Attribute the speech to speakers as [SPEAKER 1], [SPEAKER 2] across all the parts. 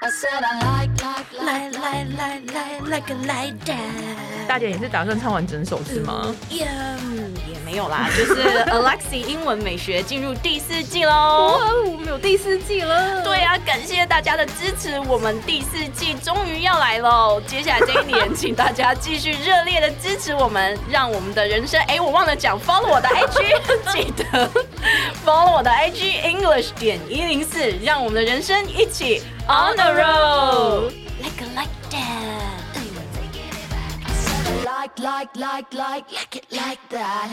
[SPEAKER 1] I said I like, like, like,
[SPEAKER 2] 来来来来个来的，
[SPEAKER 3] 大姐，你是打算唱完整首是
[SPEAKER 4] 嗯
[SPEAKER 3] 吗？
[SPEAKER 4] 也没有 啦，就是 Alexi 英文美学进入第四季喽。
[SPEAKER 3] 我们有第四季了。
[SPEAKER 4] 对啊，感谢大家的支持，我们第四季终于要来喽！接下来这一年，请大家继续热烈的支持我们，让我们的人生……哎，我忘了讲 ，follow 我的 IG，记得 follow 我的 IG English 点一零四，让我们的人生一起 on the road。
[SPEAKER 2] like a like that。
[SPEAKER 1] I said I like, like, like, like, like it like that.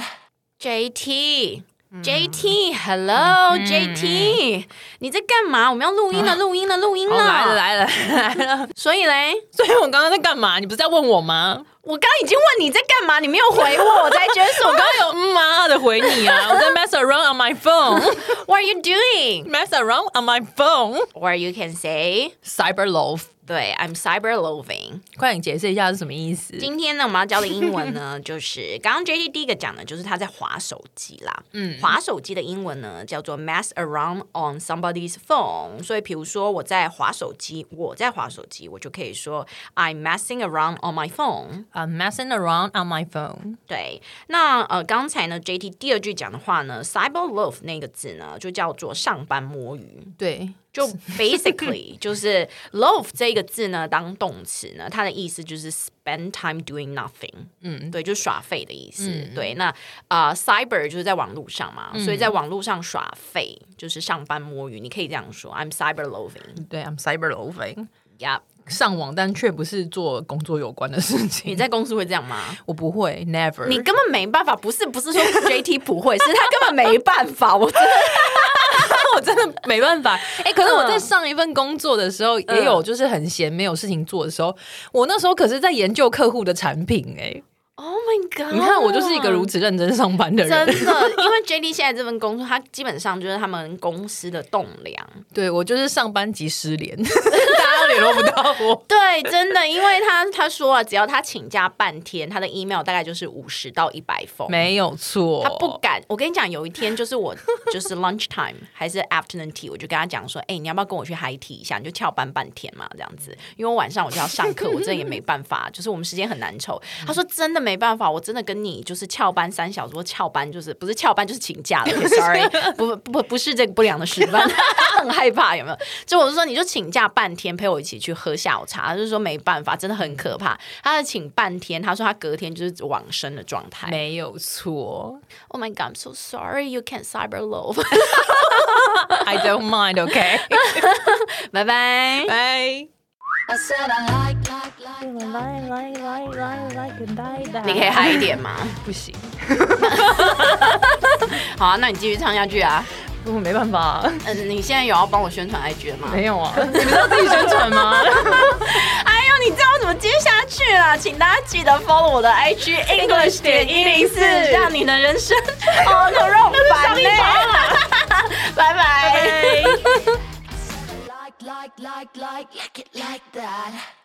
[SPEAKER 4] JT。JT，Hello
[SPEAKER 3] 嗯
[SPEAKER 4] JT，你在干嘛？我们要录 音了，录音了，录音
[SPEAKER 3] 哦
[SPEAKER 4] 了，
[SPEAKER 3] 来了 来了来了！
[SPEAKER 4] 所以嘞，
[SPEAKER 3] 所以我刚刚在干嘛？你不是在问我吗？
[SPEAKER 4] 我刚刚已经问你在干嘛，你没有回我，我才觉得说
[SPEAKER 3] 我刚刚有嗯妈的回你啊！我在 mess around on my phone，mess
[SPEAKER 4] What are you doing?
[SPEAKER 3] around on my phone。
[SPEAKER 4] Or you can say
[SPEAKER 3] Cyber loaf，
[SPEAKER 4] 对，I'm cyber loafing。
[SPEAKER 3] 快点解释一下是什么意思？
[SPEAKER 4] 今天呢，我们要教的英文呢，就是刚刚 JT 第一个讲的，就是他在划手机啦。嗯，划手机的英文呢叫做 mess around on somebody's phone。所以，比如说我在划手机，我在划手机，我就可以说 I'm messing around on my phone。
[SPEAKER 3] 啊、m e s s i n g around on my phone。
[SPEAKER 4] 对，那呃，刚才呢，JT 第二句讲的话呢，cyber love 那个字呢，就叫做上班摸鱼。
[SPEAKER 3] 对，
[SPEAKER 4] 就 basically 就是 love 这个字呢，当动词呢，它的意思就是 spend time doing nothing，嗯，对，就是耍废的意思。对，那啊、呃 cyber 就是在网络上嘛，所以在网络上耍废就是上班摸鱼，你可以这样说，I'm cyber loafing。
[SPEAKER 3] 对，I'm cyber loafing。
[SPEAKER 4] Yep，
[SPEAKER 3] 上网，但却不是做工作有关的事情。
[SPEAKER 4] 你在公司会这样 吗？
[SPEAKER 3] 我不会，never。
[SPEAKER 4] 你根本没办法，不是不是说 JT 不会，是他根本没办法。我真的
[SPEAKER 3] 我 真的没办法。哎、可是我在上一份工作的时候，也有就是很闲没有事情做的时候，我那时候可是在研究客户的产品、哎，
[SPEAKER 4] ，Oh my God！
[SPEAKER 3] 你看我就是一个如此认真 上班的
[SPEAKER 4] 真
[SPEAKER 3] 人。
[SPEAKER 4] 的， 因为 JT 现在这份工作，他基本上就是他们公司的栋梁。
[SPEAKER 3] 对我就是上班即失联， 大家都联络不到我。
[SPEAKER 4] 对，真的，因为他他说啊，只要他请假半天，他的 email 大概就是五十到一百封。
[SPEAKER 3] 没有错，
[SPEAKER 4] 他不敢，我跟你讲，有一天就是我 就是 lunch time 还是 afternoon tea，我就跟他讲说，哎、你要不要跟我去 high tea 一下？你就翘班半天嘛，这样子，因为我晚上我就要上课，我真的也没办法，就是我们时间很难凑。他说真的没办法，我真的跟你就是翘班三小时，或翘班就是不是翘班就是请假了，sorry，不不不不是这个不良的示范，他 很害怕有没有？就我就说你就请假半天陪我一起去喝下午茶，他就说没办法，真的很可怕，他就请半天，他说他隔天就是往生的状态。
[SPEAKER 3] 没有错
[SPEAKER 4] Oh my god, I'm so sorry. You can't cyber love.
[SPEAKER 3] ，I don't mind。OK，
[SPEAKER 4] 拜拜。
[SPEAKER 3] 拜。
[SPEAKER 1] I said I like, like, like, like.
[SPEAKER 2] 来来来来来个来的。
[SPEAKER 4] 你可以嗨一点吗？
[SPEAKER 3] 不行，
[SPEAKER 4] 好啊，那你继续唱下去啊。
[SPEAKER 3] 我没办法，啊
[SPEAKER 4] 嗯，你现在有要帮我宣传 IG 了吗？
[SPEAKER 3] 没有啊， 你们要自己宣传吗？
[SPEAKER 4] 哎呦，你知道我怎么接下去啦？请大家记得 follow 我的 IG English 点一零四，让你的人生 哦 on the road 版嘞。 拜拜。
[SPEAKER 1] Like, like, like, like, like it like that.